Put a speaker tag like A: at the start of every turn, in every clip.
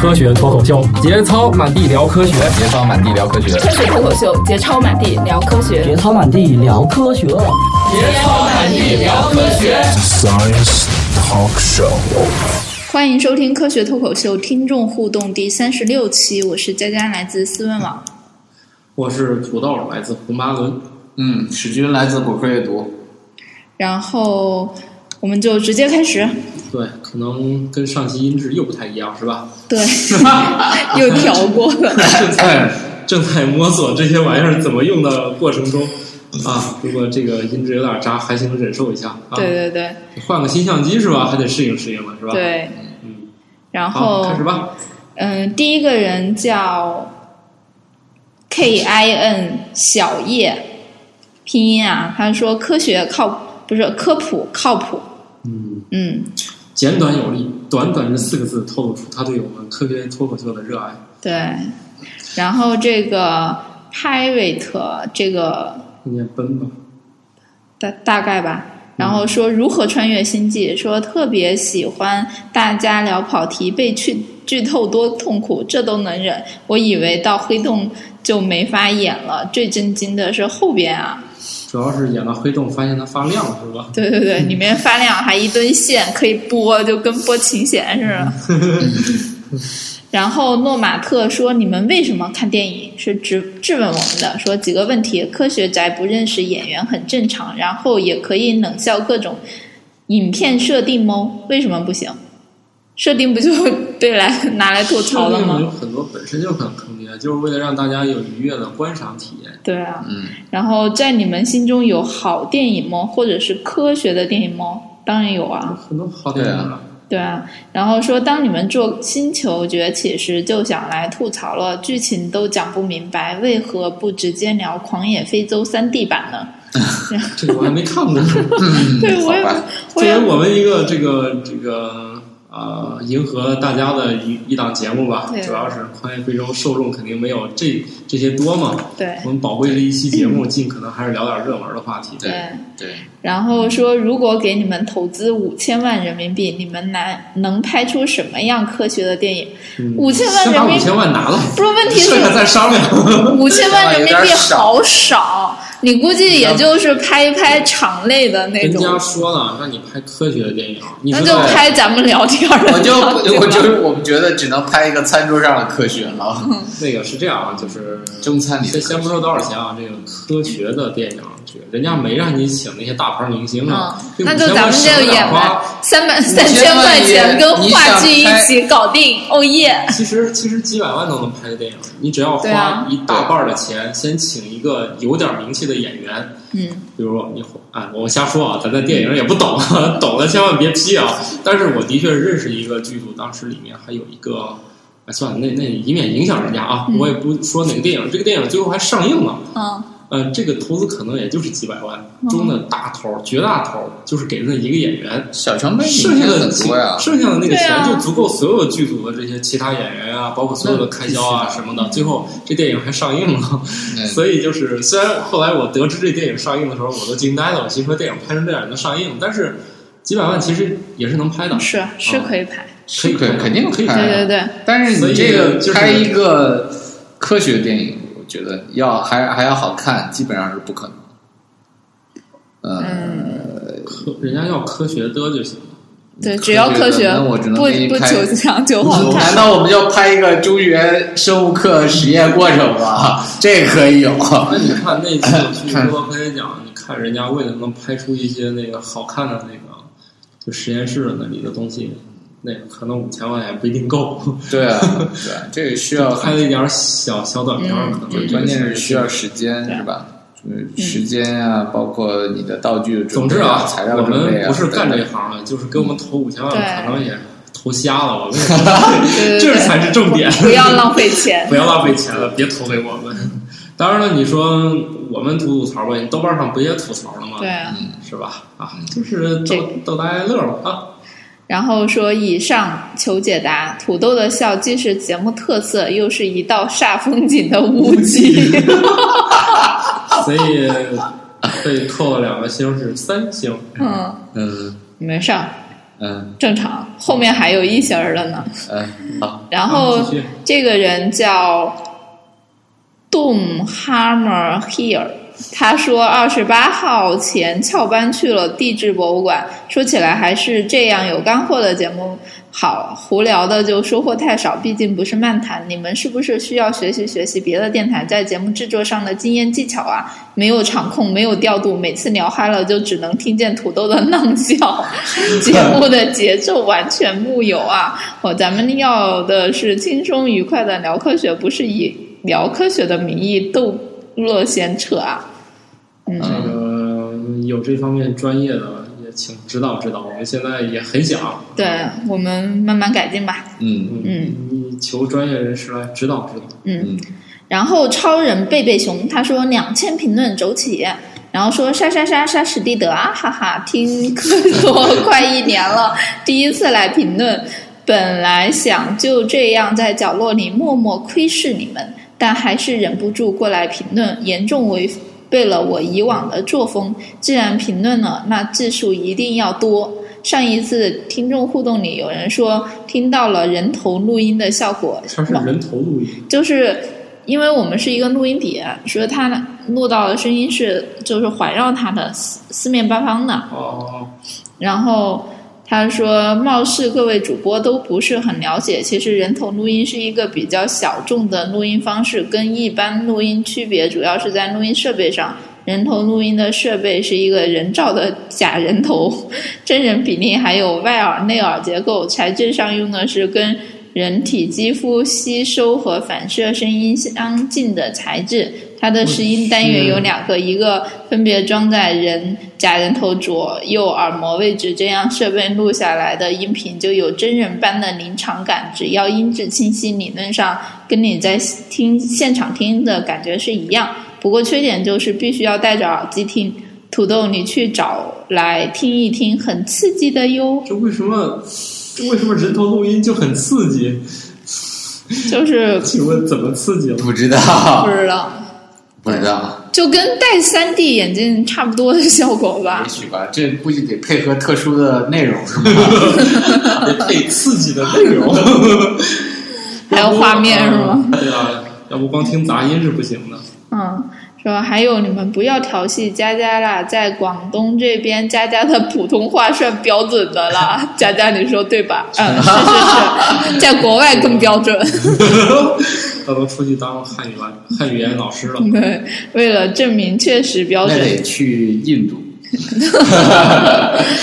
A: 科学脱口秀，节操满地聊科学，
B: 节操满地聊科学，
C: 科学脱口秀，节操满地聊科学，
D: 节操满地聊科学，
E: 节操满地聊科学。
F: Science Talk Show。
G: 欢迎收听科学脱口秀听众互动第三十六期，我是佳佳，来自思问网。
H: 我是土豆，来自红巴伦。
I: 嗯，史军来自果壳阅读。
G: 然后我们就直接开始。
H: 对，可能跟上期音质又不太一样，是吧？
G: 对，又调过了。
H: 正在正在摸索这些玩意儿怎么用的过程中啊，如果这个音质有点渣，还请忍受一下。啊、
G: 对对对，
H: 换个新相机是吧？还得适应适应了是吧？
G: 对，哦
H: 嗯。
G: 然后
H: 开始吧。
G: 嗯、呃，第一个人叫 K I N 小叶，拼音啊，他说科学靠不是科普靠谱。
H: 嗯
G: 嗯。
H: 简短有力，短短这四个字透露出他对我们科学脱口秀的热爱。
G: 对，然后这个 pirate 这个
H: 念奔吧，
G: 大大概吧。然后说如何穿越星际，嗯、说特别喜欢大家聊跑题，被剧剧透多痛苦，这都能忍。我以为到黑洞就没法演了，最震惊的是后边啊。
H: 主要是演到黑洞，发现它发亮了，是吧？
G: 对对对，里面发亮，还一根线可以拨，就跟拨琴弦似的。然后诺马特说：“你们为什么看电影？”是质质问我们的，说几个问题：科学宅不认识演员很正常，然后也可以冷笑各种影片设定吗？为什么不行？设定不就被来拿来吐槽了吗？
H: 有很多本身就很坑爹，就是为了让大家有愉悦的观赏体验。
G: 对啊，
I: 嗯。
G: 然后在你们心中有好电影吗？或者是科学的电影吗？当然有啊，
H: 很多好电影
I: 啊。
G: 对啊，然后说当你们做《星球崛起》时，就想来吐槽了，剧情都讲不明白，为何不直接聊《狂野非洲》三 D 版呢？
H: 这个我还没看过。
G: 对，
I: 嗯
G: 我也，
H: 作为我们一个这个这个。呃，迎合大家的一一档节目吧，主要是《狂野非洲》受众肯定没有这这些多嘛。
G: 对，
H: 我们宝贵的一期节目， 尽可能还是聊点热门的话题。
I: 对
G: 哎
I: 对。对
G: 然后说，如果给你们投资五千万人民币，你们能能拍出什么样科学的电影？五千、
H: 嗯、万
G: 人民
H: 币，五千万拿 了，
G: 不是问题是
H: 再商量。
G: 五千万人民币好少。你估计也就是拍一拍场类的那
H: 种。人家说了，让你拍科学的电影，
G: 那就拍咱们聊天
I: 的。我就我就我们觉得只能拍一个餐桌上的科学了。
G: 嗯
H: 那个是这样啊，就是
I: 中餐里
H: 先先不说多少钱啊，这个科学的电影，这个人家没让你请那些大牌明星
G: 啊。那就咱们就演吧，三百三千块钱跟话剧一起搞定，哦耶！
H: 其实其实几百万都能拍个电影，你只要花一大半的钱，先请一个有点名气的。演员，
G: 嗯，
H: 比如说你，哎，我瞎说啊，咱在电影也不懂，啊懂的千万别批啊。但是我的确认识一个剧组，当时里面还有一个，哎，算了，那那以免影响人家啊，
G: 嗯、
H: 我也不说哪个电影，这个电影最后还上映了，
G: 嗯，
H: 呃，这个投资可能也就是几百万，中的大头，绝大头就是给那一个演员，
I: 小成本，
H: 剩下的
I: 呀，
H: 剩下的那个钱就足够所有剧组的这些其他演员啊，包括所有的开销啊什么的，最后这电影还上映了，
I: 嗯
H: 所以就是虽然后来我得知这电影上映的时候，我都惊呆了，我心说电影拍成这样能上映，但是几百万其实也是能拍的，
G: 是是可以拍，
I: 嗯
H: 可以
I: 肯定可以
G: 拍，对对对，
I: 但是你这
H: 个
I: 拍一个科学电影。觉得要还还要好看，基本上是不可能。嗯
G: 呃，
H: 科人家要科学的就行了。
G: 对，只要科学，
I: 我只能
G: 不不求强求好看。
I: 难道我们就拍一个中学生物课实验过程吗？这可以有。
H: 那你看那次去洛克讲，你看人家为了能拍出一些那个好看的那个，就实验室那里的东西。那可能五千万也不一定够。
I: 对啊，对啊，这个需要
H: 拍一点小小短片，
G: 嗯
H: 可能
I: 关键是需要时间，是吧？嗯，时间啊，包括你的道具
H: 总之
I: 啊，材料
H: 我
I: 们
H: 不是干这行的，啊就是给我们投五千万，可能也投瞎了。我跟你说，这才是重点。
G: 不要浪费钱，
H: 不要浪费钱了，别投给我们。当然了，你说我们吐吐槽吧，你豆瓣上不也吐槽了吗？
G: 对，
H: 是吧？啊，就
I: 嗯
H: 是逗逗大家乐嘛啊。
G: 然后说，以上求解答。土豆的笑既是节目特色，又是一道煞风景的污迹，啊
H: 所以被扣了两个星是三星。
G: 嗯
I: 嗯，
G: 没事儿。
I: 嗯
G: 正常，后面还有一型儿的呢。
I: 嗯，好，
G: 然后
H: 嗯继续
G: 这个人叫 Doom Hammer Here，他说二十八号前翘班去了地质博物馆。说起来还是这样有干货的节目好，胡聊的就收获太少，毕竟不是漫谈。你们是不是需要学习学习别的电台在节目制作上的经验技巧啊？没有场控，没有调度，每次聊嗨了就只能听见土豆的 浪笑，节目的节奏完全木有啊！哦，咱们要的是轻松愉快的聊科学，不是以聊科学的名义逗乐闲扯啊！
I: 嗯
G: 嗯，
H: 这个有这方面专业的也请指导指导，我们现在也很想，
G: 对我们慢慢改进吧。
I: 嗯
G: 嗯，
H: 你求专业人士来指导指导。
G: 嗯，然后超人贝贝熊他说两千评论走起，然后说杀杀杀杀史蒂德啊，哈哈，听科多快一年了， 第一次来评论，本来想就这样在角落里默默窥视你们，但还是忍不住过来评论，严重违背了我以往的作风。既然评论了，那字数一定要多。上一次听众互动里，有人说听到了人头录音的效果，
H: 它是人头录音，
G: 就是因为我们是一个录音笔，所以它录到的声音是就是环绕它的四四面八方的。
H: 哦，
G: 然后他说，貌似各位主播都不是很了解，其实人头录音是一个比较小众的录音方式，跟一般录音区别主要是在录音设备上。人头录音的设备是一个人造的假人头， 真人比例还有外耳内耳结构，材质上用的是跟人体肌肤吸收和反射声音相近的材质。它的拾音单元有两个，一个分别装在人假人头左右耳膜位置，这样设备录下来的音频就有真人般的临场感，只要音质清晰，理论上跟你在听现场听的感觉是一样。不过缺点就是必须要戴着耳机听。土豆，你去找来听一听，很刺激的哟。
H: 这为什么？这为什么人头录音就很刺激？
G: 就是
H: 请问怎么刺激了？
I: 不知道
G: 不，知道，
I: 不知道，
G: 就跟戴三 D 眼镜差不多的效果吧
I: 也。许吧，这估计得配合特殊的内容 是吧？
H: 得配刺激的内容，
G: 还有画面是吗？
H: 对啊，要不光听杂音是不行 的。
G: 嗯，说还有你们不要调戏佳佳啦，在广东这边，佳佳的普通话算标准的啦。 佳佳，你说对吧？嗯，是是是，在国外更标准。
H: 到时候出去当汉语来汉语言老师了，
G: 对，为了证明确实标
I: 那
G: 准
I: 得去印度，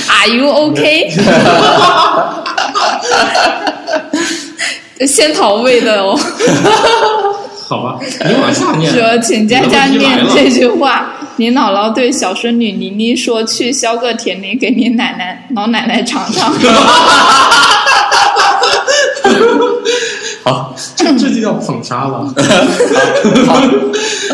G: ，Are you OK？仙桃味的哦。
H: 好吧？你往下
I: 啊
H: 念，
G: 说，请佳佳念这句话。你姥姥对小孙女妮妮说：“去削个甜梨给你奶奶老奶奶尝尝。
I: 好，
H: 这这就叫捧 杀了。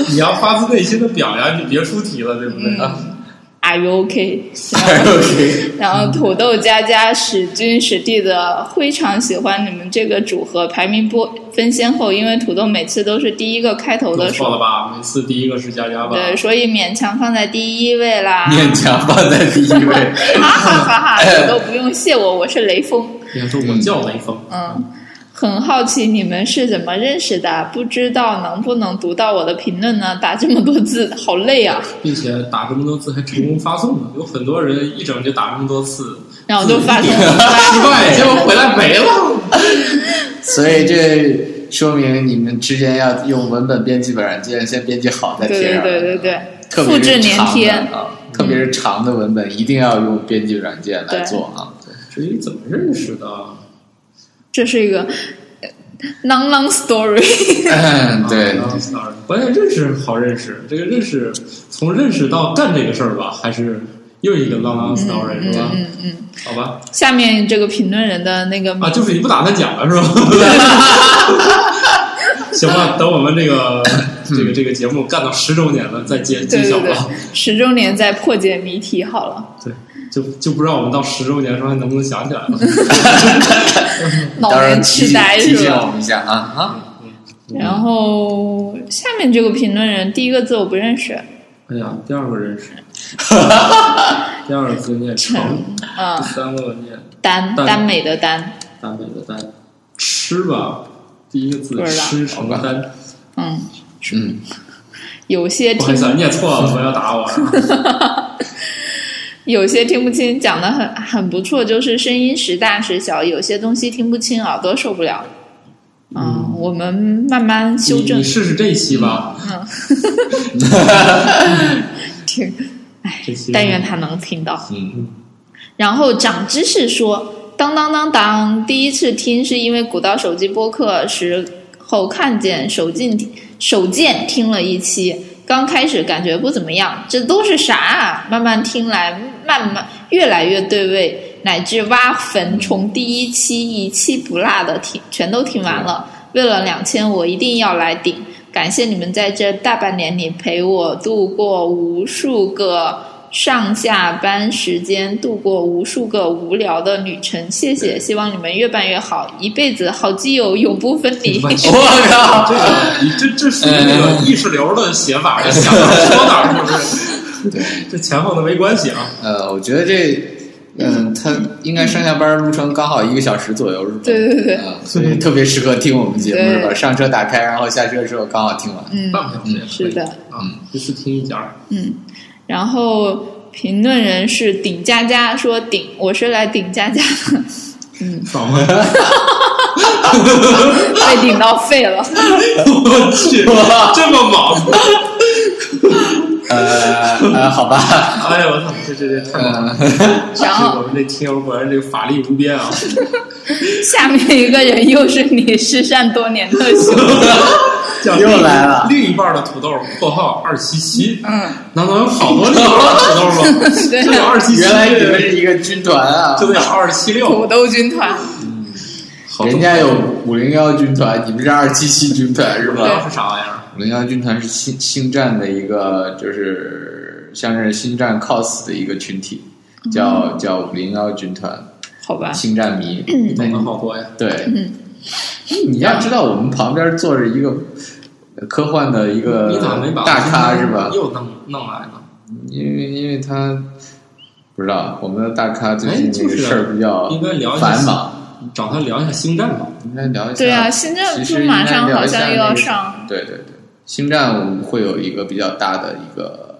H: 你要发自内心的表扬，你别出题了，对不
G: 嗯
H: 啊对？
G: ”Are you OK？
I: 还有谁？
G: 然后土豆佳佳、史君、史蒂的非常喜欢你们这个组合，排名不分先后，因为土豆每次都是第一个开头
H: 弄
G: 的
H: 错了
G: 说，
H: 吧？每次第一个是佳佳吧？
G: 对，所以勉强放在第一位啦。
I: 勉强放在第一位，
G: 哈哈哈哈！土豆不用谢我，我是雷锋。
H: 别说我叫雷锋，
G: 嗯，很好奇你们是怎么认识的，不知道能不能读到我的评论呢？打这么多字，好累啊！
H: 并且打这么多次还成功发送了，有很多人一整就打这么多次，
G: 然后我就发 现，
I: 啊
H: 奇怪，结果回来没了。
I: 所以这说明你们之间要用文本编辑软件先编辑好再
G: 对
I: 贴
G: 对
I: 上，
G: 对对对，
I: 特别
G: 复
I: 是
G: 制粘
I: 长的
G: 贴，
I: 啊，特别是长的文本一定要用编辑软件来
G: 对
I: 做啊。
H: 至于怎么认识的，
G: 这是一个呃 long long story。
I: 嗯，对，
H: 啊关键认识好认识，这个认识从认识到干这个事儿吧，还是又一个 long long story 是吧？
G: 嗯嗯，
H: 好吧，
G: 下面这个评论人的那个
H: 啊，
G: 名
H: 就是你不打算讲了是 吧？行吧，等我们这个这个这个节目干到十周年了，再揭
G: 对
H: 揭晓
G: 对对
H: 吧。，
G: 十周年再破解谜题好了，
H: 对，就就不知道我们到十周年的时候还能不能想起来了。
G: 老
I: 到时候
G: 年
I: 提
G: 痴
I: 醒
G: 呆
I: 提
G: 是
I: 醒
G: 吧
I: 我？们一下啊啊，
H: 嗯
G: 然后下面这个评论人第一个字我不认识，
H: 哎呀，第二个 人是，第二个字念
G: 陈
H: 成，
G: 嗯
H: 第，三个念
G: 耽
H: 耽
G: 耽美的耽，
H: 耽美的耽，吃吧，第一个字
G: 不知道
H: 吃成单，
G: 嗯，
I: 嗯，
G: 有些
H: 不好意
G: 听
H: 思，啊，念错 了，不要打我啊。
G: 有些听不清，讲的很很不错，就是声音时大时小，有些东西听不清，耳朵受不了。嗯，我们慢慢修
H: 你
G: 正嗯
H: 你。试试这期吧，
G: 听，哎
H: 这期，
G: 但愿他能听到。
I: 嗯，
G: 然后长知识说，当当当当，第一次听是因为古道手机播客时候看见手劲手贱听了一期，刚开始感觉不怎么样，这都是啥、啊？慢慢听来，慢慢越来越对味，乃至挖坟从第一期一期不落的听，全都听完了。为了两千，我一定要来顶。感谢你们在这大半年里陪我度过无数个上下班时间，度过无数个无聊的旅程。谢谢，希望你们越办越好，一辈子好基友 永不分离。
H: 我
I: 我靠，
H: 这个你这这属于那个意识流的写法，想哪儿说哪儿，是不是？这前后都没关系啊。
I: 呃，我觉得这。嗯，他应该上下班路程刚好一个小时左右，是吧？
G: 对对对
I: 嗯，所以特别适合听我们节目，是吧？
G: 对
I: 上车打开，然后下车之后刚好听完。
G: 嗯，
H: 半个小时也可以
G: 是的，
H: 啊，一次听一 家。
G: 嗯，然后评论人是顶佳佳说顶，我是来顶佳 佳的，
H: 爽吗？
G: 被顶到废了。
H: 我去，这么猛！
I: 呃呃，好吧，
H: 哎呀，我操，这这这太猛了！
I: 嗯
G: 然
H: 这
G: 后
H: 我们这听友果然这个法力无边啊！
G: 下面一个人又是你 失散多年的兄
H: 叫
I: 又来了
H: 另一半的土豆（括号二七七）。
G: 嗯，
H: 难道有好多另一半的土豆吗？
G: 对
H: 就有二七七，
I: 原来你们是一个军团啊！
H: 就得有二七六
G: 土。豆军团，
H: 好啊多
I: 人家有五零幺军团，你们是二七七军团是
H: 不知
I: 吧？
H: 道是啥玩意儿。
I: 五零幺军团是星星战的一个，就是像是星战 cos 的一个群体，
G: 嗯
I: 叫叫五零幺军团，
G: 好吧？
I: 星 战迷。那
H: 懂
I: 你
H: 得好多呀！
I: 对
G: 嗯，
I: 你要知道我们旁边坐着一个科幻的一个
H: 你怎么没把
I: 呃大咖是吧？
H: 又弄弄来呢？
I: 因为因为他不知道我们的大咖最近
H: 哎
I: 这
H: 就
I: 个
H: 是啊
I: 事儿比较
H: 应该聊一下
I: 繁忙，
H: 你找他聊一下星战吧。
I: 应该聊一下。
G: 对啊，现在不
I: 其
G: 是
I: 实应
G: 马
I: 该
G: 上
I: 聊
G: 好
I: 一下
G: 像又
I: 那
G: 要
I: 个
G: 上，
I: 对对对，星战我们会有一个比较大的一个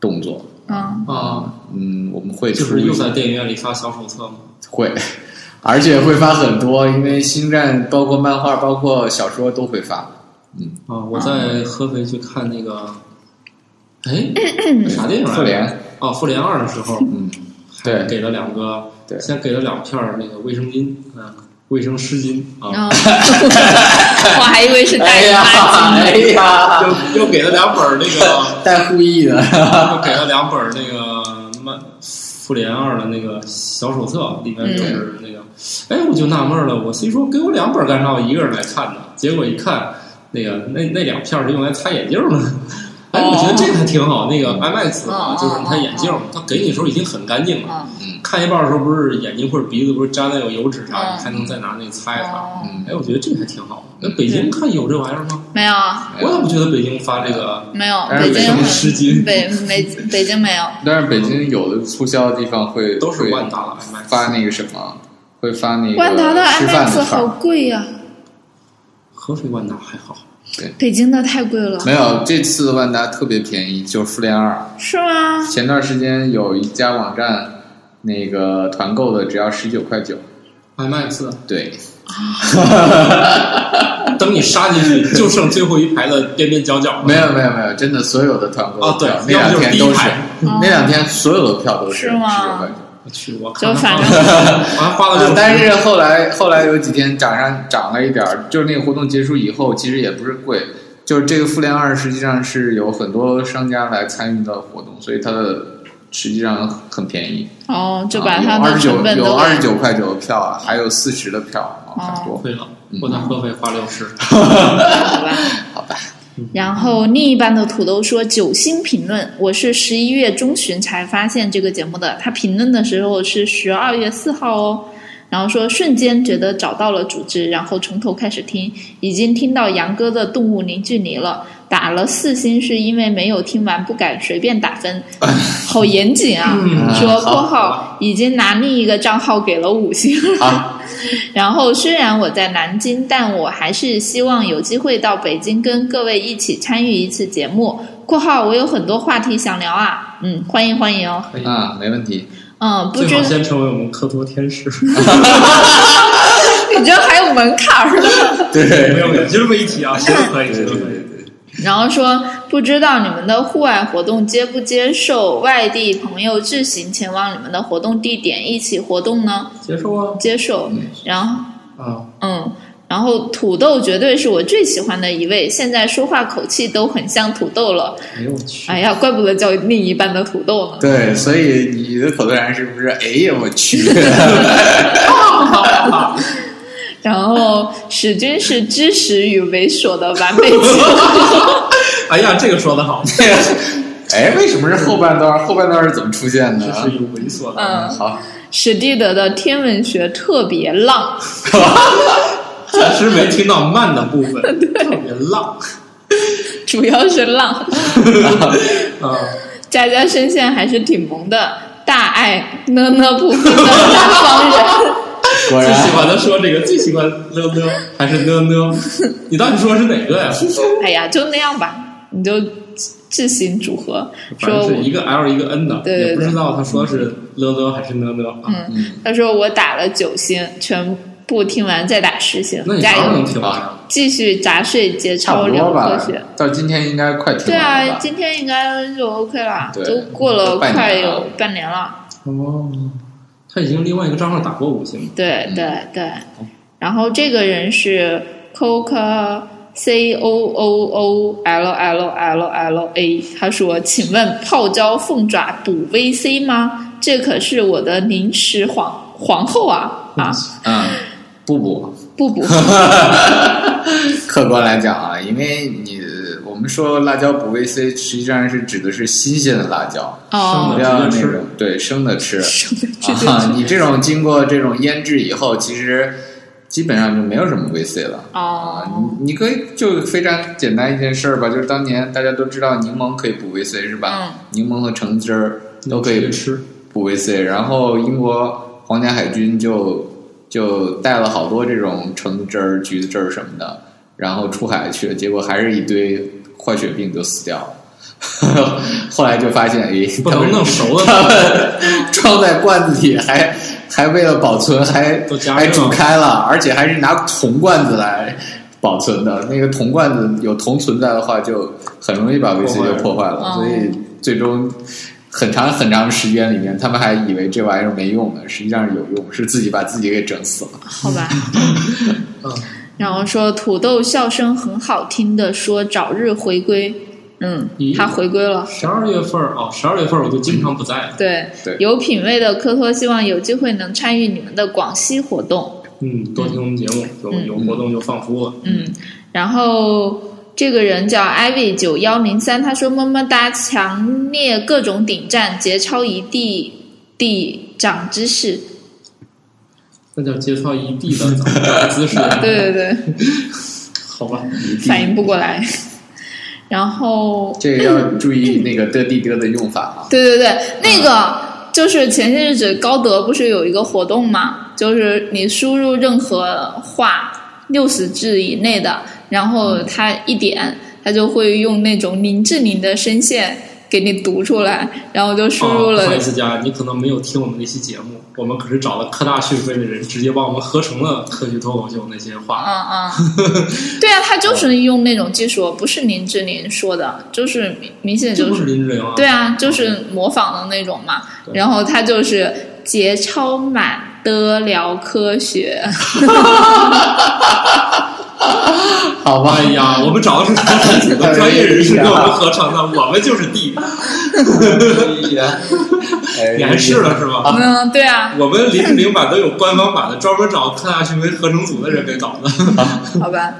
I: 动作，
G: 嗯，
H: 啊，
I: 嗯，我们会
H: 就
I: 出
H: 是
I: 一
H: 又在电影院里发小手册吗？
I: 会， 而且会发很多，因为星战包括漫画、包括小说都会发。
H: 啊，
I: 哦
H: 我在合肥去看那个，哎，
I: 嗯
H: 啥电影来着？
I: 复联，
H: 哦，复联二的时候，
I: 嗯，对
H: 给了两个，
I: 对
H: 先给了两片儿那个卫生巾，嗯，卫生湿巾啊，
G: 嗯 我还以为是大
I: 哎
G: 姨
I: 呀，
G: 妈
I: 哎
G: 巾，
I: 呀，
H: 又又给了两本儿那个，
I: 带故意的，
H: 又给了两本儿那个漫复联二的那个小手册，里面就
G: 嗯
H: 是那个，哎，我就纳闷儿了，我心说给我两本儿干啥？我一个人来看的，结果一看，那个那那两片儿是用来擦眼镜儿的。 哎，我觉得这个还挺好。那个 IMAX 啊
G: 哦，
H: 就是它眼镜儿，它给你的时候已经很干净了。
G: 嗯
H: 看一半儿的时候，不是眼睛或者鼻子不是沾了有油脂啥，
G: 嗯
H: 你还能再拿那个擦一擦。
G: 哦
H: 哎，我觉得这个还挺好。那北京看有这玩意儿吗？
G: 没有啊
H: 我咋不觉得北京发这个
G: 没有，
I: 但是
G: 北京
I: 北京
G: 很
H: 湿巾
G: 北北北京没有，
I: 但是北京有的促销的地方会
H: 都是
I: 会
H: 万达了 IMAX？
I: 发那个什么，会发那个
G: 万达的
I: 吃饭
G: IMAX
I: 的券
G: 好
I: 儿。
G: 贵啊呀、
H: 合肥万达还好，
G: 北京的太贵了，
I: 没有，这次万达特别便宜，就是复联二。
G: 是吗？
I: 前段时间有一家网站，那个团购的只要十九块九，
H: IMAX，
I: 对，
H: 等你杀进去，就剩最后一排的边边角角了。
I: 没有没有没有，真的所有的团购
H: 哦对
I: 票那两天
H: 要不就是第
I: 都
H: 一
I: 是
H: 排，
I: 那两天所有的票都
G: 是
I: 十九
G: 吗
I: 块九。
H: 我去，我
G: 就
H: 看
G: 反
H: 花
G: 正
H: 了，我啊还花了
I: 呃
H: 六，
I: 但是后来后来有几天涨上涨了一点儿，就是那个活动结束以后，其实也不是贵，就是这个复联二实际上是有很多商家来参与的活动，所以它的实际上很便宜，
G: 哦，就把它
I: 它
G: 的
I: 二十九
G: 成本
I: 有
G: 都哦
I: 二十九块九的票啊，还有四十的票啊，很多。
H: 亏了，我在合肥花六十。
G: 好吧，好吧。然后另一半的土豆说九星评论，我是十一月中旬才发现这个节目的，他评论的时候是十二月四号哦。然后说瞬间觉得找到了组织，然后从头开始听，已经听到杨哥的《动物凝聚你》了。打了四星是因为没有听完，不敢随便打 分，好严谨啊！说
I: 啊好
G: 括号已经拿另一个账号给了五星，
I: 啊，
G: 然后虽然我在南京，但我还是希望有机会到北京跟各位一起参与一次节目。（括号我有很多话题想聊啊，嗯，欢迎欢迎哦。
I: 啊，没问题。
G: 嗯，不
H: 最
G: 知
H: 好先成为我们科托天使。
G: 你这还有门槛儿呢。
I: 对，
H: 没有没有，就这么一 提啊，谁都可以，谁都可以。
G: 然后说不知道你们的户外活动接不接受外地朋友自行前往你们的活动地点一起活动呢？
H: 结束啊
G: 接受。然后
H: 啊！
G: 嗯，然后土豆绝对是我最喜欢的一位，现在说话口气都很像土豆了。
H: 哎呦我去，
G: 哎呀，怪不得叫另一半的土豆呢。
I: 对，所以你的口头禅是不是？哎呀，我 去！
G: 然后史军是知识与猥琐的完美结 合。
H: 哎呀，这个说的 好，
I: 哎，为什么是后半段？后半段是怎么出现的啊
H: 这？是有猥琐的。
G: 嗯，
I: 好，
G: 史蒂德的天文学特别浪。
H: 暂时没听到慢的部 分，特别浪
G: 主要是浪。
H: 啊！
G: 佳佳声线还是挺萌的，大爱呢呢不分的南方人。
I: 果
H: 最喜
I: 然
H: 欢的说这个，最喜欢呢呢还是呢呢？你到底说的是哪个呀？
G: 哎呀，就那样吧，你就自行组合。
H: 反
G: 说
H: 正
G: 我
H: 是一个 L 一个 N 的，
G: 对对对嗯
H: 也不知道他说是呢呢还是呢呢啊？
G: 他说我打了九星，全部听完再打十星
H: 那，你
G: 加
H: 啥时候能
G: 油！
H: 听啊完？
G: 继续砸碎节
I: 差
G: 操
I: 不
G: 聊
I: 多
G: 科
I: 吧
G: 学。，
I: 到今天应该快听
G: 对
I: 完了
G: 啊，
I: 吧？
G: 今天应该就 OK 了，
I: 对
G: 都过了
I: 都半
G: 快
I: 年了
G: 有半年了。
H: 哦，他已经另外一个账号打过五星了。
I: 嗯
G: 对对对，然后这个人是 Coca C O O O L L L L A，他说：“请问泡椒凤爪补 VC 吗？这可是我的零食皇皇后啊啊！
I: 嗯，不不，
G: 不 补，
I: 客观来讲啊，因为你我们说辣椒补 VC，实际上是指的是新鲜的辣椒，
G: 哦
I: 不要那
H: 直接吃
I: 种对生的吃。
G: 生的这就
I: 啊，你这种经过这种腌制以后，其实基本上就没有什么 VC 了。啊，
G: 哦，
I: 你你可以就非常简单一件事儿吧，就是当年大家都知道柠檬可以补 VC 是
G: 嗯
I: 吧？柠檬和橙汁儿都可以
H: 去吃，
I: 补 VC，然后英国皇家海军就就带了好多这种橙汁儿、橘子汁儿什么的，然后出海去了，结果还是一堆坏血病就死掉了。 后来就发现，哎，
H: 不能弄熟的
I: 他们 装在罐子里还。还为了保存，还
H: 都加热
I: 还煮开了，而且还是拿铜罐子来保存的。那个铜罐子有铜存在的话，就很容易把 VC
H: 破坏
I: 就破坏了。
G: 哦
I: 所以最终很长很长时间里面，他们还以为这玩意儿没用呢，实际上是有用，是自己把自己给整死了。
G: 好吧。然后说土豆笑声很好听的说早日回归，嗯，
H: 咦
G: 他回归了。
H: 十二月份儿哦，十二月份儿我就经常不在了。
G: 对，
I: 对
G: 有品位的科托希望有机会能参与你们的广西活动。
H: 嗯，多听我们节目，有有活动就放出了。
G: 嗯，然后这个人叫 ivy 九幺零三，他说么么哒，强烈各种顶战，节操一地地长知识。
H: 那叫节操一地的咱们的姿势，
G: 对对对，
H: 好吧？
G: 反应不过来。然后
I: 这个要注意那个的地的的用法啊。
G: 对对
H: 嗯
G: 对，那个就是前些日子高德不是有一个活动嘛，就是你输入任何话六十字以内的，然
H: 嗯
G: 后他一点，他就会用那种林志玲的声线给你读出来，然后就输入
H: 哦不
G: 了
H: 好意。思，佳，你可能没有听我们那期节目，我们可是找了科大讯飞的人，直接帮我们合成了科学脱口秀那些话。
G: 嗯嗯，对啊，他
H: 哦
G: 就是用那种技术，不是林志玲说的，就是明明显
H: 这
G: 就
H: 不是
G: 是
H: 林志玲啊？
G: 对啊，就是模仿的那种嘛。
H: 对
G: 然后他就是节操满的聊科学。
I: 好吧，
H: 哎呀，我们找的是专业的 专业人士给啊我们合成的，我们就是地，
I: 哎
H: 你还试了是吧？
G: 嗯，对啊，
H: 我们林志玲版都有官方版的，专门找科大讯飞合成组的人给搞的。
G: 好吧。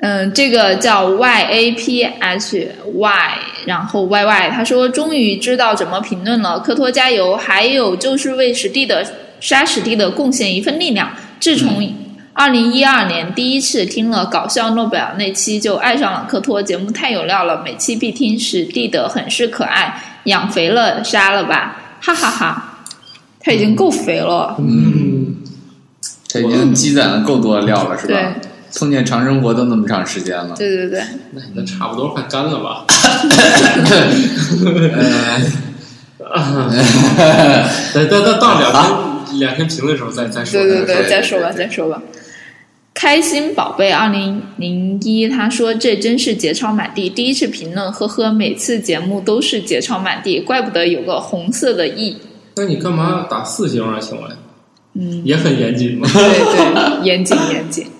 G: 嗯，这个叫 Y A P H Y，然后 Y Y，他说终于知道怎么评论了，科托加油！还有就是为史蒂的沙史地的贡献一份力量。自从
H: 嗯
G: 二零一二年第一次听了搞笑诺贝尔那期，就爱上了科托。节目太有料了，每期必听。史蒂德很是可爱，养肥了杀了吧，哈哈哈他已经够肥了，
H: 嗯，
I: 他已经积攒了够多的料了，是吧
G: 对？
I: 碰见长生活都那么长时间了，
G: 对对对，
H: 那你的差不多快干了吧？等等等，到两天两天评论的时候再再说。
G: 对对
I: 对
G: 对，再说吧，
I: 对
G: 再说吧。开心宝贝二零零一，他说这真是节操满地，第一次评论，呵呵，每次节目都是节操满地，怪不得有个红色的翼。
H: 那你干嘛打四星啊？请问，
G: 嗯，
H: 也很严谨吗？
G: 对对，严谨严谨。
I: 嗯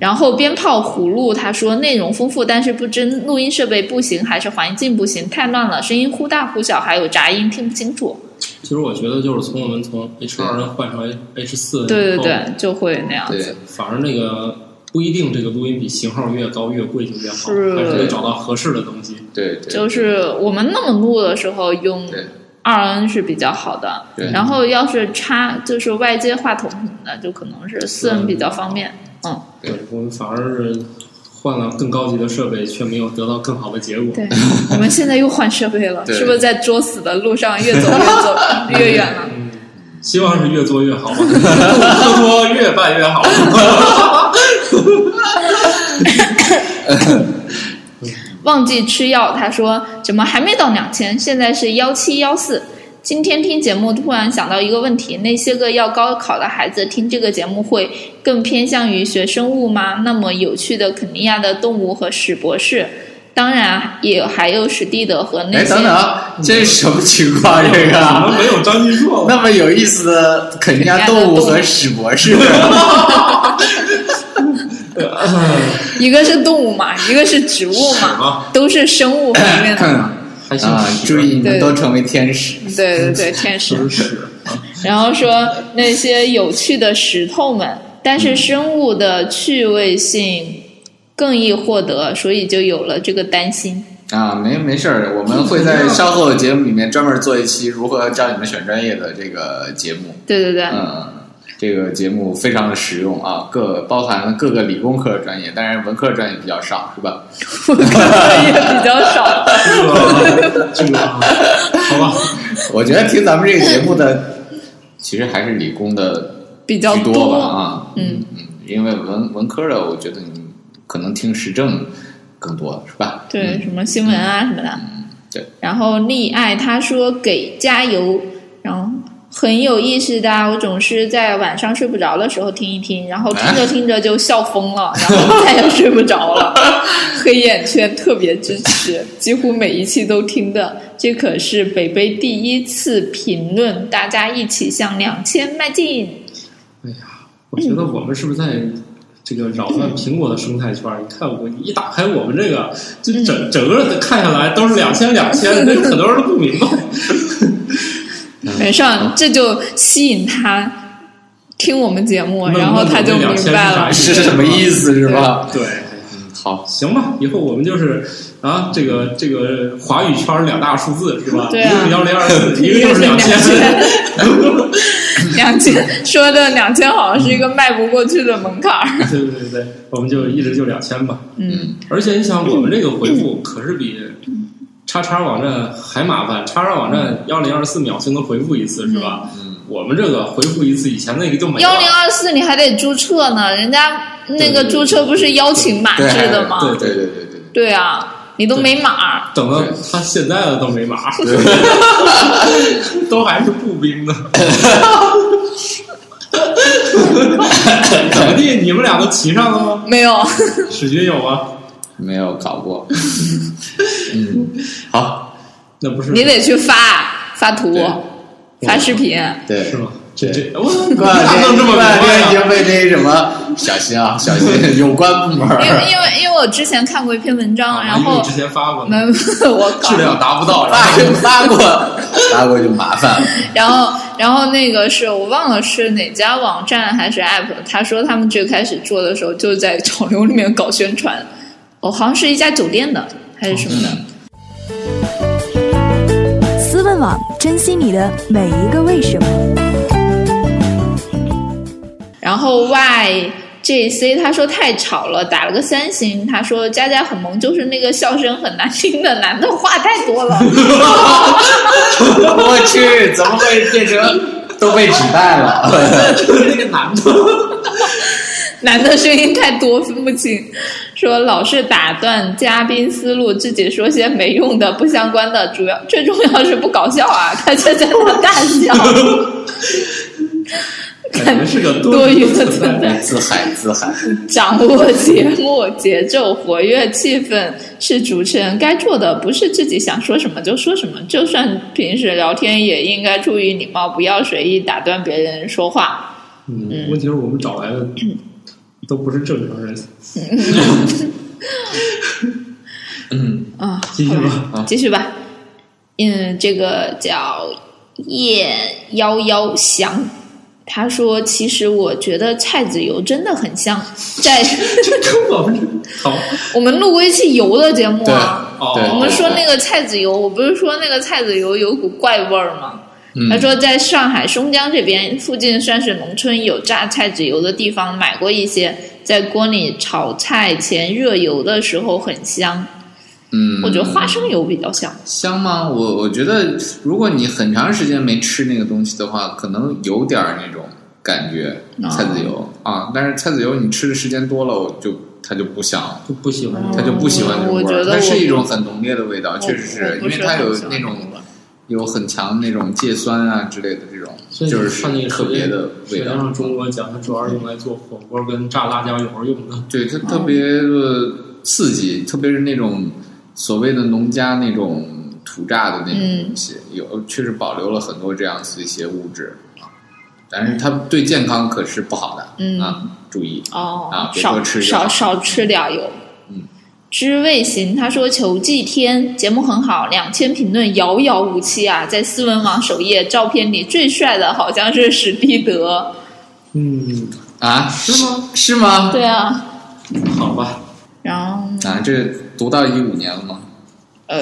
G: 然后鞭炮葫芦他说内容丰富，但是不知录音设备不行还是环境不行，太乱了，声音忽大忽小，还有杂音，听不清楚。
H: 其实我觉得就是从我们从 H 二换成 H 四，
G: 嗯对对对，就会那样子。
I: 哦 对，
H: 反而那个不一定，这个录音笔型号越高越贵就越好，
G: 是
H: 还是得找到合适的东西。
I: 对对
G: 就是我们那么录的时候用
I: 对
G: 二 N 是比较好的
I: 对，
G: 然后要是插就是外接话筒什么的，就可能是四 N 比较方便。嗯，
I: 哦
H: 对我们反而是换了更高级的设备，却没有得到更好的结果。
G: 对，我们现在又换设备了，
I: 对
G: 是不是在作死的路上越走越 走越远了？
H: 希望是越做越 好，科托越办越好。
G: 忘记吃药，他说怎么还没到两千？现在是幺七幺四。今天听节目，突然想到一个问题：那些个要高考的孩子听这个节目会更偏向于学生物吗？那么有趣的肯尼亚的动物和史博士，当然也还有史蒂德和那
I: 哎，
G: 些。嗯
I: 等等啊，这是什么情况？这个
H: 我 们没有张金硕，
I: 那么有意思的肯尼亚动物和史博 士，
G: 一个是动物嘛，一个是植物
H: 是吗
G: 嘛，都是生物方面 的。
H: 还行
I: 啊，注 意你们
G: 对
I: 都成为天使。
G: 对对对，天使。
H: 真是
G: 然后说那些有趣的石头们，但是生物的趣味性更易获得，所以就有了这个担心。
I: 啊，没没事儿，我们会在稍后的节目里面专门做一期如何教你们选专业的这个节目。
G: 对对对，
I: 嗯，这个节目非常的实用啊，各包含了各个理工科专业，当然文科专业比较少，是吧？
G: 我看的也 比较少。
H: 这个这个，好吧，
I: 我觉得听咱们这个节目的，其实还是理工的
G: 比较
I: 居
G: 多
I: 吧啊。
G: 嗯
I: 嗯，因为文文科的，我觉得你可能听时政更多，是吧？
G: 对，
I: 嗯
G: 什么新闻啊什么的。
I: 对。
G: 然后溺爱他说给加油，然后很有意思的啊，我总是在晚上睡不着的时候听一听，然后听着听着就笑疯了，然后再也睡不着了。黑眼圈特别支持，几乎每一期都听的，这可是北北第一次评论，大家一起向两千迈进。
H: 我觉得我们是不是在这个扰乱苹果的生态圈儿？你看我一打开我们这个，就整整个的看下来都是两千两千， 那很多人都不明白。
G: 没事儿，这就吸引他听我们节目，
H: 那
G: 然后他就
H: 那我们
G: 明白了
H: 2000。
I: 是什么意思，是吧？
H: 对，
I: 嗯好，
H: 行吧，以后我们就是啊，这个这个华语圈儿两大数字是吧？
G: 对
H: 一
G: 啊
H: 个是幺零二四， 一个就是两千。
G: 两千说的两千好像是一个迈不过去的门槛儿。
H: 对对对，我们就一直就两千吧。
G: 嗯，
H: 而且你想，我们这个回复可是比叉叉网站还麻烦，叉叉网站幺零二四秒就能回复一次，是吧？
I: 嗯
H: 我们这个回复一次，以前那个就没了。
G: 幺零二四你还得注册呢，人家那个注册不是邀请码
I: 对
G: 制的吗？
I: 对对对对对。
G: 对啊，你都没码儿。
H: 等到他现在了都没码，都还是步兵呢。怎么地？你们俩都骑上了 吗？
G: 没有，
H: 史军有吗？
I: 没有搞 过。嗯，好，
H: 那不是
G: 你得去发发图
I: 对、
G: 发视频。
I: 对
H: 是。吗？这这我
I: 过两
H: 哪能
I: 天，
H: 这么明
I: 过两天
H: 白
I: 已
H: 呀？啊
I: 经被那什么，小心啊，小心有关部门
G: 因为
I: 儿
G: 因为因为我之前看过一篇文章，啊然
H: 啊因为
G: 后
H: 你之前发过呢，
G: 没 我靠
H: 质，量达不到，然
I: 发
H: 后
I: 就发过，发过就麻烦了。
G: 然后，然后那个是我忘了是哪家网站还是 app，他说他们最开始做的时候就是在潮流里面搞宣传，哦，好像是一家酒店的还是什么的。
B: 思问网，珍惜你的每一个为什么。
G: 然后 Y J C 他说太吵了，打了个三星。他说佳佳很萌，就是那个笑声很难听的男的话太多了。
I: 我去，怎么会变成都被指 代了？
H: 那个男的，
G: 男的声音太多分不清，说老是打断嘉宾思路，自己说些没用的、不相关的，主要最重要是不搞笑啊！他就在那大笑，
H: 感觉是个
G: 多余的
H: 存在
G: 存在。
I: 自嗨自嗨，
G: 掌握节目节奏，活跃气氛是主持人该做的，不是自己想说什么就说什么。就算平时聊天，也应该出于礼貌，不要随意打断别人说话。
H: 嗯，问题是我们找来的都不是正常人。
I: 嗯，
G: 啊，
H: 继续
G: 好
H: 吧
G: 吧，继续吧。嗯，这个叫叶幺幺翔，他说：“其实我觉得菜籽油真的很像 在
H: 这 跟我们 好
G: 我们录过一期油的节目啊。
H: 哦，
I: 对
G: 我们说那个菜籽油，我不是说那个菜籽油有股怪味儿吗？
I: 嗯
G: 他说，在上海松江这边附近算是农村有榨菜籽油的地方，买过一些，在锅里炒菜前热油的时候很香。
I: 嗯，
G: 我觉得花生油比较香。
I: 香吗？我我觉得，如果你很长时间没吃那个东西的话，可能有点儿那种感觉，
G: 啊
I: 菜籽油啊。但是菜籽油你吃的时间多了，我就它就不香了。
H: 就不喜欢这
I: 他
G: 哦
H: 个
I: 就不喜欢这种味
G: 我觉
I: 儿，
G: 得
I: 它是
G: 我
I: 一种很浓烈的味道，确实
G: 我
I: 是因
G: 不
I: 为
G: 是
I: 它有
G: 很喜欢
I: 那种
G: 这个味儿
I: 有很强那种芥酸啊之类的这种，
H: 所以
I: 就
H: 看那
I: 是
H: 个
I: 特别的味
H: 舌尖
I: 道。
H: 上中国讲，它主要是用来做火锅跟炸辣椒油用的。
I: 对，
G: 哦
I: 它特别的刺激，特别是那种所谓的农家那种土榨的那
G: 嗯
I: 种东西，有确实保留了很多这样子一些物质啊但是它对健康可是不好的，
G: 嗯
I: 啊，注意
G: 哦，
I: 啊别
G: 少
I: 多吃就好
G: 少少吃点油。
I: 嗯，
G: 知味行他说求祭天节目很好，两千评论遥遥无期啊，在新闻网首页照片里最帅的好像是史蒂德。
H: 嗯，
I: 啊，是吗？是吗？
G: 对啊，
H: 好吧，
G: 然后
I: 啊，这读到一五年了吗？
G: 呃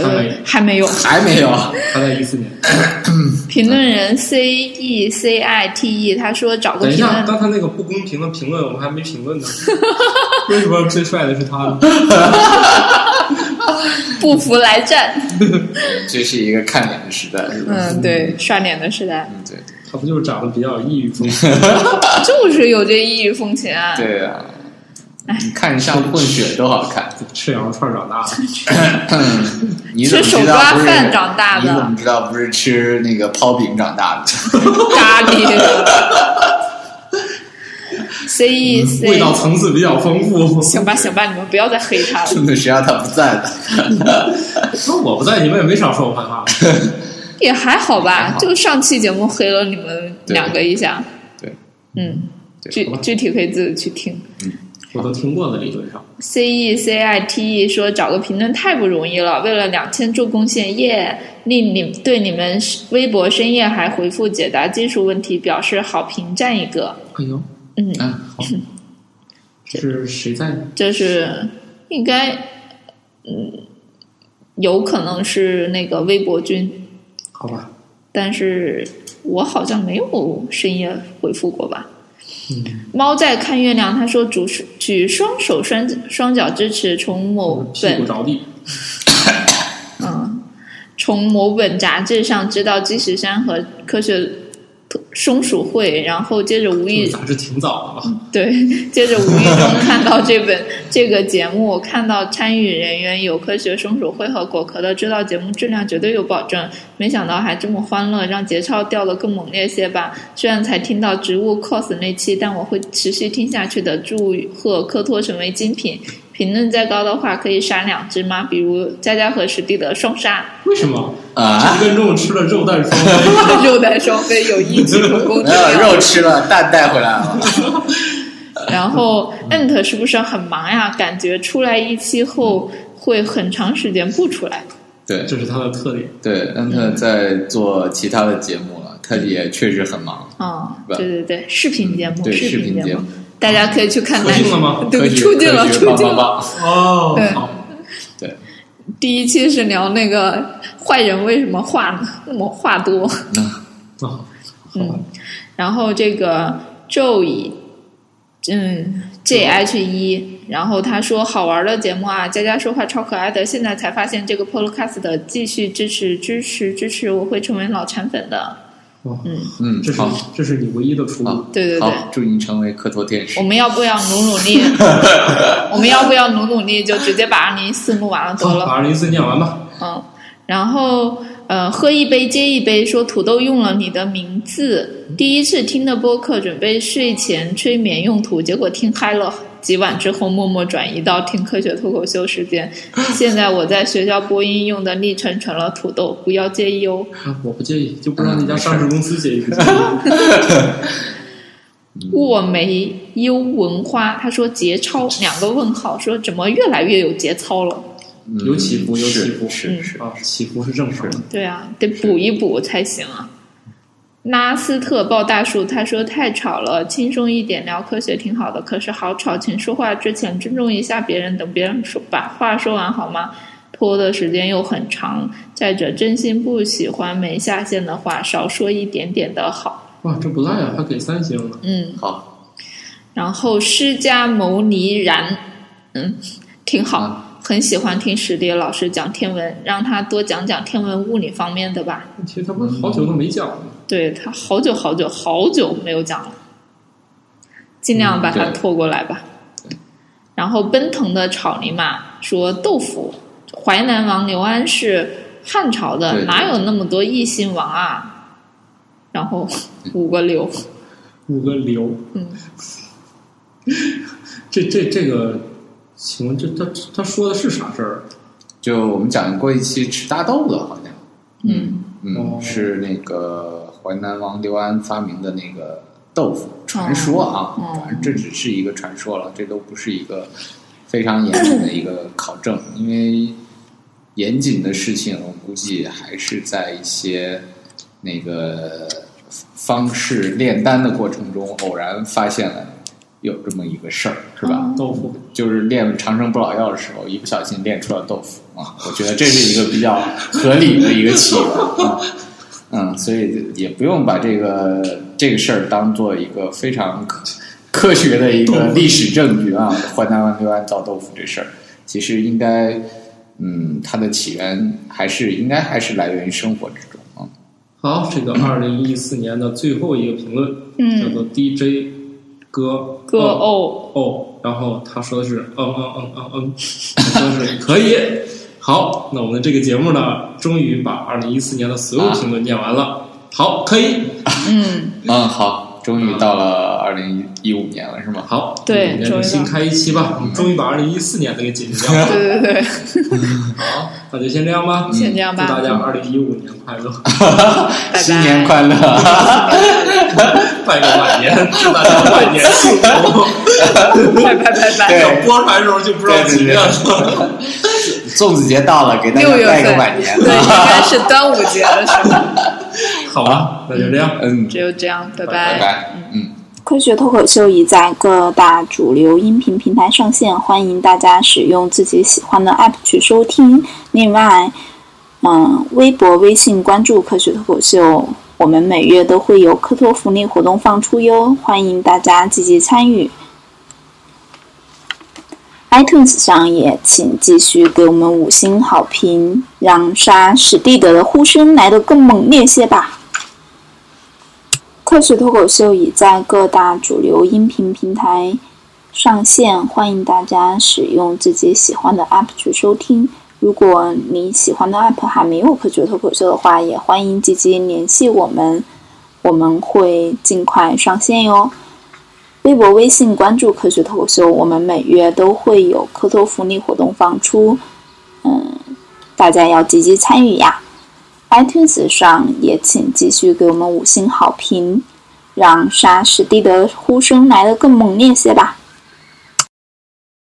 G: 还
H: 还没
G: 没有
I: 还没有。啊
H: 他在一四年。
G: 评论人 C E C I T E 他说找个
H: 等一
G: 评
H: 下，
G: 论
H: 刚才那个不公平的评论我们还没 评论呢，为什么最帅的是他呢？
G: 不服来战。
I: 这是一个看脸的时代，是吧？
G: 嗯，对，刷脸的时代
I: 嗯，对
H: 他不就是长得比较有异域 风情？
G: 就是有这异域风情啊。
I: 对啊，
G: 哎
I: 你看着像混血多好看！
H: 吃羊肉串长大的，
I: 你怎么
G: 吃
I: 知
G: 手
I: 道
G: 抓
I: 不是
G: 饭长大的
I: 你怎么知道不是吃那个泡饼长大的？
G: 咖喱C E C，
H: 味道层次比较丰 富。
G: 行 吧行吧，你们不要再黑他了，
I: 谁让他不在 的？
H: 那我不在，你们也没少说我坏话。
G: 也还好
I: 还
G: 吧
I: 好。
G: 就上期节目黑了你们两个一下，
I: 对，
G: 嗯，具
I: 对，
G: 具体可以自己去听。
H: 我都听过了，理论上。
G: C E C I T E 说找个评论太不容易了，为了两千做贡献，耶！令你对你们微博深夜还回复解答技术问题表示好评，赞一个。
H: 哎呦，
G: 嗯，
I: 嗯，好，
H: 这是谁在？
G: 就是应该，嗯，有可能是那个微博君，
H: 好吧，
G: 但是我好像没有深夜回复过吧。
H: 嗯，
G: 猫在看月亮，他说举举双手双双脚支持从某
H: 屁股
G: 本
H: 着地。
G: 嗯，从某本杂志上知道积石山和科学松鼠会，然后接着无
H: 这
G: 意
H: 个杂志挺早的吧？
G: 对， 接着无意中看到这本这个节目，看到参与人员有科学松鼠会和果壳的，知道节目质量绝对有保证。没想到还这么欢乐，让节操掉的更猛烈些吧。虽然才听到植物 cos 那期，但我会持续听下去的。祝贺科托成为精品。评论再高的话，可以杀两只吗？比如佳佳和史蒂德双杀，
H: 为什么？
I: 啊，
H: 跟中午吃了肉蛋双飞。
G: 肉蛋双飞有异曲同工
I: 没
G: 之妙
I: 有。肉吃了，蛋带回来了。
G: 然后 ant 是不是很忙呀？感觉出来一期后会很长时间不出来。
I: 对
H: 这是他的特点。
I: 对，但他在做其他的节目了，他也确实很忙。
G: 啊、
I: 是吧
G: 对对对，视频节目，
I: 对，视
G: 频
I: 频
G: 节
I: 节目，
G: 大家可以去看
H: 出
G: 男
H: 镜了吗
G: 对，
I: 科学
G: 出镜了，
I: 科学
G: 出
I: 棒
G: 镜
I: 棒
G: 了。
I: 棒。
H: 哦
G: 对
H: 好，
I: 对，
G: 第一期是聊那个坏人为什么 话那么话多，
H: 啊，好吧
G: 嗯，然后这个 Joey 嗯，J H 一，然后他说好玩的节目啊，佳佳说话超可爱的，现在才发现这个 Podcast 继续支持支持支持，我会成为老馋粉的。
I: 嗯
H: 这，是
I: 好，
H: 这是你唯一的出路
I: 好。
G: 嗯对对对，
I: 好，祝你成为磕头天使
G: 我。们要不要努努力？我们要不要努努力？就直接把二零一四录完了得
H: 好，
G: 了
H: 把。二零一四念完吧。
G: 嗯，然后呃，喝一杯接一杯，说土豆用了你的名字。第一次听的播客，准备睡前催眠用途，结果听嗨了。几晚之后，默默转移到听科学脱口秀时间。现在我在学校播音用的昵称成了土豆，不要介意哦。
H: 啊我不介意，就不知道那家上市公司介意不介意。
G: 卧梅幽闻花，他说节操两个问号，说怎么越来越有节操了？
I: 嗯
H: 有起伏有
I: 是
H: 起伏
I: 是是，
H: 啊，起伏是正常的。
G: 对啊，得补一补才行啊。拉斯特抱大树，他说太吵了，轻松一点聊科学挺好的，可是好吵，请说话之前尊重一下别人，等别人说把话说完好吗？拖的时间又很长，再者真心不喜欢没下限的话，少说一点点的好。
H: 哇，这不赖啊，还给三星了。
G: 嗯，
I: 好，
G: 然后释迦牟尼然，嗯，挺好。很喜欢听史迪老师讲天文，让他多讲讲天文物理方面的吧。
H: 其实他不是好久都没讲了吗。
G: 对他好久好久好久没有讲了，尽量把他
I: 嗯对
G: 拖过来吧。然后奔腾的草泥马说豆腐，淮南王刘安是汉朝的，
I: 对
G: 哪有那么多异姓王啊？然后
I: 嗯
G: 五个刘，
H: 五个流。
G: 嗯，
H: 这这这个，请问这他他说的是啥事儿？
I: 就我们讲过一期吃大豆子，好像，
G: 嗯，
I: 嗯
H: 哦，
I: 是那个淮南王刘安发明的那个豆腐传说啊
G: 哦，
I: 反正这只是一个传说了，这都不是一个非常严谨的一个考证，因为严谨的事情，我估计还是在一些那个方式炼丹的过程中偶然发现了有这么一个事儿，是吧？
H: 豆腐
I: 就是练长生不老药的时候，一不小心练出了豆腐啊，我觉得这是一个比较合理的一个 起源啊，嗯，所以也不用把这个这个事儿当做一个非常科科学的一个历史证据啊，淮南湾六安造豆腐这事儿，其实应该，嗯，它的起源还是应该还是来源于生活之中啊，
G: 嗯
H: 好，这个二零一四年的最后一个评论，
G: 嗯
H: 叫做 DJ 歌
G: 哥
H: 哦
G: 哦，
H: 哦，然后他说的是嗯嗯嗯嗯嗯，他说 的是可以。好，那我们这个节目呢，终于把二零一四年的所
G: 啊
H: 有评论念完了。好，可以。
G: 嗯，
I: 嗯，好，终于到了二零一五年了，是吗？
H: 好，
G: 对
H: 我们就新开一期吧。我们终于把二零一四年的给解决掉 了。
G: 对对对，
H: 好，那就先这样吧。
G: 嗯先这样吧
H: 祝大家二零一五年快乐，
G: 拜拜，
I: 新年快乐！
H: 拜个晚年，祝大家晚年幸 福。
G: 拜拜拜拜，
I: 对
H: 等播出来的时候就不知道几月了。
I: 粽子节到了，给大家
G: 六月
I: 拜
G: 份
I: 个晚年。啊
G: 对，应该是端午节的时候，
H: 好吧，那就这样。
I: 嗯，
G: 只有这样，拜
H: 拜
I: 拜拜。嗯。
B: 科学脱口秀已在各大主流音频平台上线，欢迎大家使用自己喜欢的 app 去收听。另外，嗯，微博、微信关注科学脱口秀，我们每月都会有科托福利活动放出哟，欢迎大家积极参与。iTunes 上也请继续给我们五星好评，让杀史蒂德的呼声来得更猛烈些吧。科学脱口秀已在各大主流音频平台上线，欢迎大家使用自己喜欢的 app 去收听。如果你喜欢的 app 还没有科学脱口秀的话，也欢迎积极联系我们，我们会尽快上线哟。微博、微信关注科学脱口秀，我们每月都会有科托福利活动放出，嗯，大家要积极参与呀。iTunes 上也请继续给我们五星好评，让沙士蒂的呼声来得更猛烈些吧。